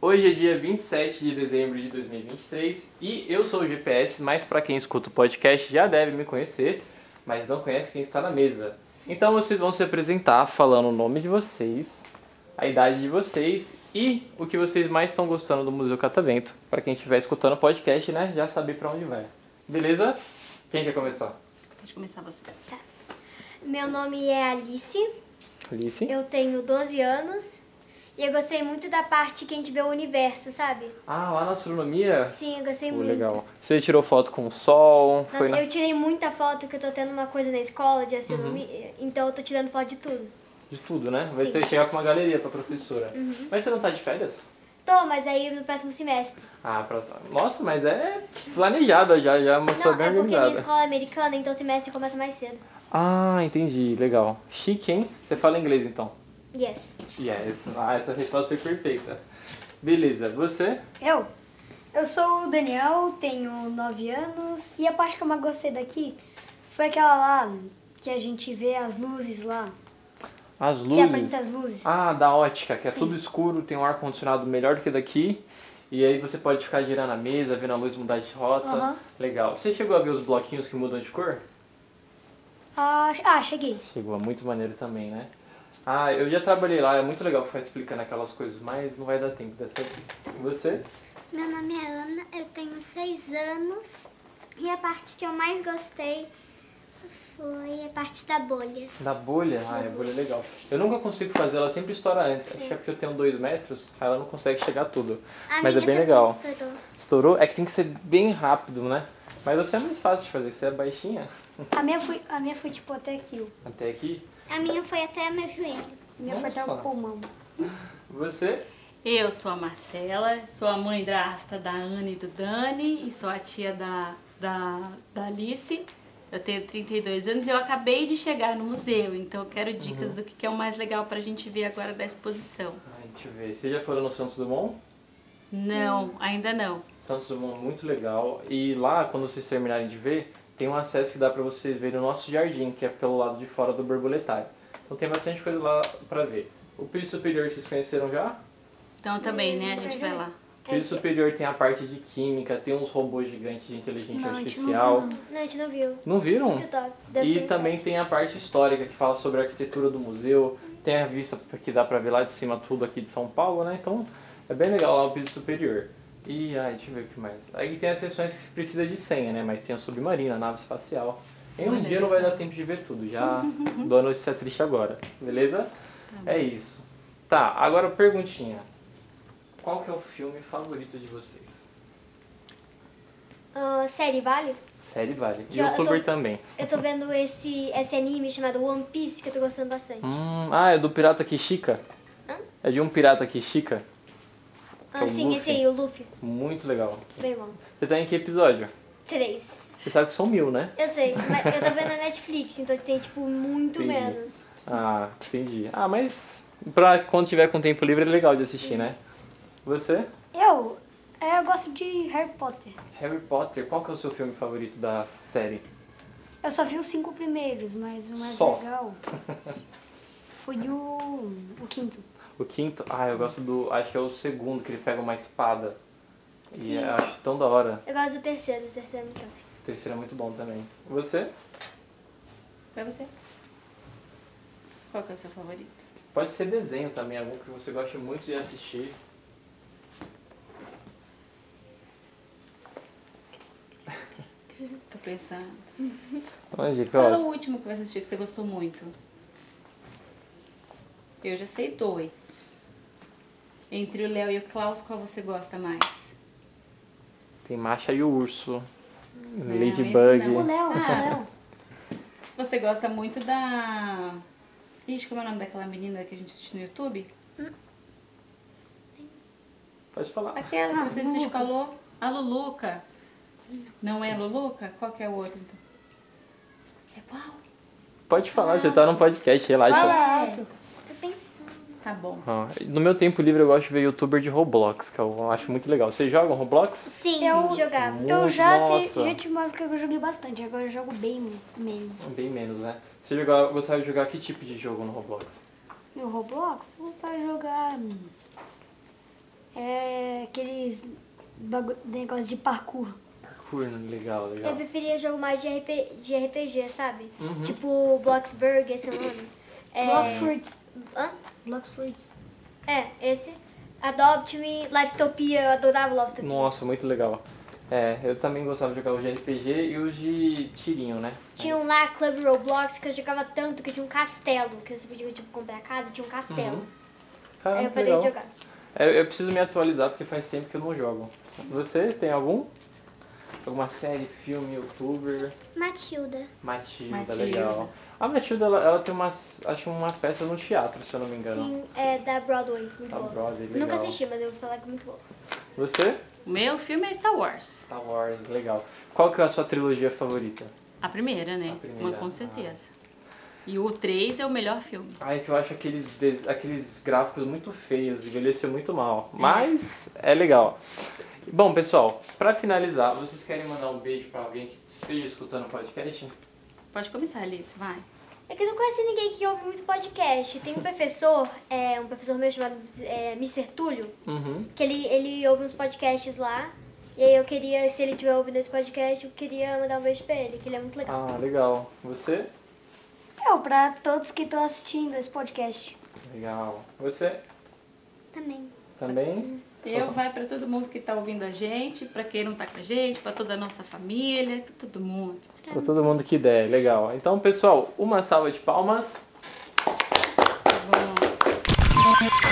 Hoje é dia 27 de dezembro de 2023 e eu sou o GPS, mas para quem escuta o podcast já deve me conhecer, mas não conhece quem está na mesa. Então vocês vão se apresentar falando o nome de vocês, a idade de vocês e o que vocês mais estão gostando do Museu Catavento. Para quem estiver escutando o podcast, né, já saber para onde vai. Beleza? Quem quer começar? Pode começar você. Meu nome é Alice, Alice? eu tenho 12 anos e eu gostei muito da parte que a gente vê o universo, sabe? Ah, lá na astronomia? Sim, eu gostei Pô, muito. legal. Você tirou foto com o sol? Nossa, foi na... eu tirei muita foto que eu tô tendo uma coisa na escola de astronomia, Uhum. então eu tô tirando foto de tudo. De tudo, né? Vai Sim. Uhum. ter que chegar com uma galeria pra professora. Mas você não tá de férias? Tô, mas aí no próximo semestre. Ah, pra... nossa, mas é planejada já, já é uma Não, pessoa é bem porque minha organizada. escola é americana, então o semestre começa mais cedo. Ah, entendi, legal. Chique, hein? Você fala inglês então? Yes. Yes. Ah, essa resposta foi perfeita. Beleza, você? Eu? Eu sou o Daniel, tenho 9 anos e a parte que eu mais gostei daqui foi aquela lá que a gente vê as luzes lá, As que aparenta luzes. as luzes. Ah, da ótica, que é tudo escuro, tem um ar-condicionado melhor do que daqui. E aí você pode ficar girando a mesa, vendo a luz mudar de rota. Aham. Legal. Você chegou a ver os bloquinhos que mudam de cor? Ah, ah, cheguei. Chegou, é muito maneiro também, né? Ah, eu já trabalhei lá, é muito legal ficar explicando aquelas coisas, mas não vai dar tempo dessa vez. E você? Meu nome é Ana, eu tenho seis anos e a parte que eu mais gostei foi a parte da bolha. Da bolha? Ah, é bolha é legal. Eu nunca consigo fazer, ela sempre estoura antes. Acho que é porque eu tenho dois metros, aí ela não consegue chegar tudo. A Mas minha é bem também legal. estourou. Estourou? É que tem que ser bem rápido, né? Mas você é mais fácil de fazer, você é baixinha. A minha foi, a minha foi tipo até aqui. ó. Até aqui. A minha foi até meu joelho. A minha foi até Nossa. o pulmão. Você? Eu sou a Marcela, sou a mãe drasta da Ana e do Dani e sou a tia da, da, da Alice. Eu tenho 32 anos e eu acabei de chegar no museu, então eu quero dicas do que que é o mais legal pra gente ver agora da exposição. Ai, deixa eu ver. Vocês já foram no Santos Dumont? Não, ainda não. Santos Dumont é muito legal. E lá, quando vocês terminarem de ver, tem um acesso que dá pra vocês verem o nosso jardim, que é pelo lado de fora do borboletário. Então tem bastante coisa lá pra ver. O piso superior vocês conheceram já? Então também, né? A gente vai lá. Piso superior tem a parte de química, tem uns robôs gigantes de inteligência Não, a gente não viu, artificial. não. Não, a gente não viu. Não viram? Muito top. Deve ser E muito também tem a parte histórica que fala sobre a arquitetura do museu, tem a vista que dá pra ver lá de cima tudo aqui de São Paulo, né? Então é bem legal lá o piso superior. E ai, deixa eu ver o que mais. Aí tem as seções que precisa de senha, né? Mas tem a submarina, a nave espacial. Em um Olha. dia não vai dar tempo de ver tudo, já Uhum, dou a notícia triste agora, beleza? É isso. Tá, agora perguntinha. Qual que é o filme favorito de vocês? top. Ah, série, vale? Série vale. Já, eu Youtuber tô- também. Eu tô vendo esse, esse anime chamado One Piece, que eu tô gostando bastante. Hum, ah, é do pirata Kishika? Hã? É de um pirata Kishika? é Ah, o sim, Luffy? esse aí, o Luffy. Muito legal. Bem bom. Você tá em que episódio? Três. Você sabe que são mil, né? Eu sei, mas eu tô vendo na Netflix, então tem, tipo, muito Entendi. menos. Ah, entendi. Ah, mas pra quando tiver com tempo livre é legal de assistir, né? Você? Eu, é, eu gosto de Harry Potter. Harry Potter, qual que é o seu filme favorito da série? Eu só vi os cinco primeiros, mas o mais Só. legal foi o, o quinto. O quinto? Ah, eu gosto do. Acho que é o segundo que ele pega uma espada. E eu acho tão da hora. Eu gosto do terceiro, o terceiro é muito top. O terceiro é muito bom também. Você? Pra você? Qual que é o seu favorito? Pode ser desenho também, algum que você goste muito de assistir. Tô pensando. Onde, Fala o último que você assistiu que você gostou muito. Eu já sei dois. Entre o Léo e o Klaus, qual você gosta mais? Tem Macha e o Urso. Não, Ladybug. esse é não. O Léo, Ah. o Léo. Você gosta muito da. Ixi, como é o nome daquela menina que a gente assiste no YouTube? Pode falar. Aquela que Ah, você assiste Luluca. falou. A Luluca. Não é a Luluca? Qual que é o outro então? É qual? Pode falar, você tá num podcast, relaxa. Fala alto. Tô pensando. Tá bom. Ah, No meu tempo livre eu gosto de ver youtuber de Roblox, que eu acho muito legal. Vocês jogam Roblox? Sim, Eu- jogava. Eu já, te, Nossa. já tive uma época que eu joguei bastante, agora eu jogo bem menos. Bem menos, né? Você jogava, gostava de jogar que tipo de jogo no Roblox? No Roblox, eu gostava de jogar. hum, É, aqueles bagu- negócio de parkour. Parkour, legal, Eu legal. preferia jogo mais de, RP, de RPG, sabe? Uhum. Tipo Bloxburg, esse é o nome. É, Bloxfruits. hã? Bloxfruits. É, esse. Adopt Me, Lifetopia, eu adorava Lifetopia. Nossa, muito legal. É, eu também gostava de jogar os de RPG e os de tirinho, né? Tinha um lá, Club Roblox, que eu jogava tanto que tinha um castelo, que você podia, tipo, comprar casa, tinha um castelo. Caramba, Aí eu que parei Uhum. Ah, legal. de jogar. É, eu preciso me atualizar porque faz tempo que eu não jogo. Você tem algum? Alguma série, filme, youtuber? Matilda. Matilda, Matilda. legal. A Matilda, ela, ela tem umas, acho uma peça no teatro, se eu não me engano. Sim, é da Broadway, muito Da boa. Broadway, legal. Nunca assisti, mas eu vou falar que é muito boa. Você? O meu filme é Star Wars. Star Wars, legal. Qual que é a sua trilogia favorita? A primeira, né? A primeira. Uma, com certeza. E o 3 é o melhor filme. Ah, é que eu acho aqueles, des- aqueles gráficos muito feios, envelheceu muito mal. Mas é legal. Bom, pessoal, pra finalizar, vocês querem mandar um beijo pra alguém que esteja escutando o podcast? Pode começar, Alice, vai. É que eu não conheci ninguém que ouve muito podcast. Tem um professor, é, um professor meu chamado é, Mr. Túlio, Uhum. que ele, ele ouve uns podcasts lá. E aí eu queria, se ele estiver ouvindo esse podcast, eu queria mandar um beijo pra ele, que ele é muito legal. Ah, legal. Você? Eu, É pra todos que estão assistindo esse podcast. Legal. Você Ah. Também. também? Eu vai pra todo mundo que tá ouvindo a gente, pra quem não tá com a gente, pra toda a nossa família, pra todo mundo. Pra todo mundo que der, legal. Então, pessoal, uma salva de palmas. Tá bom.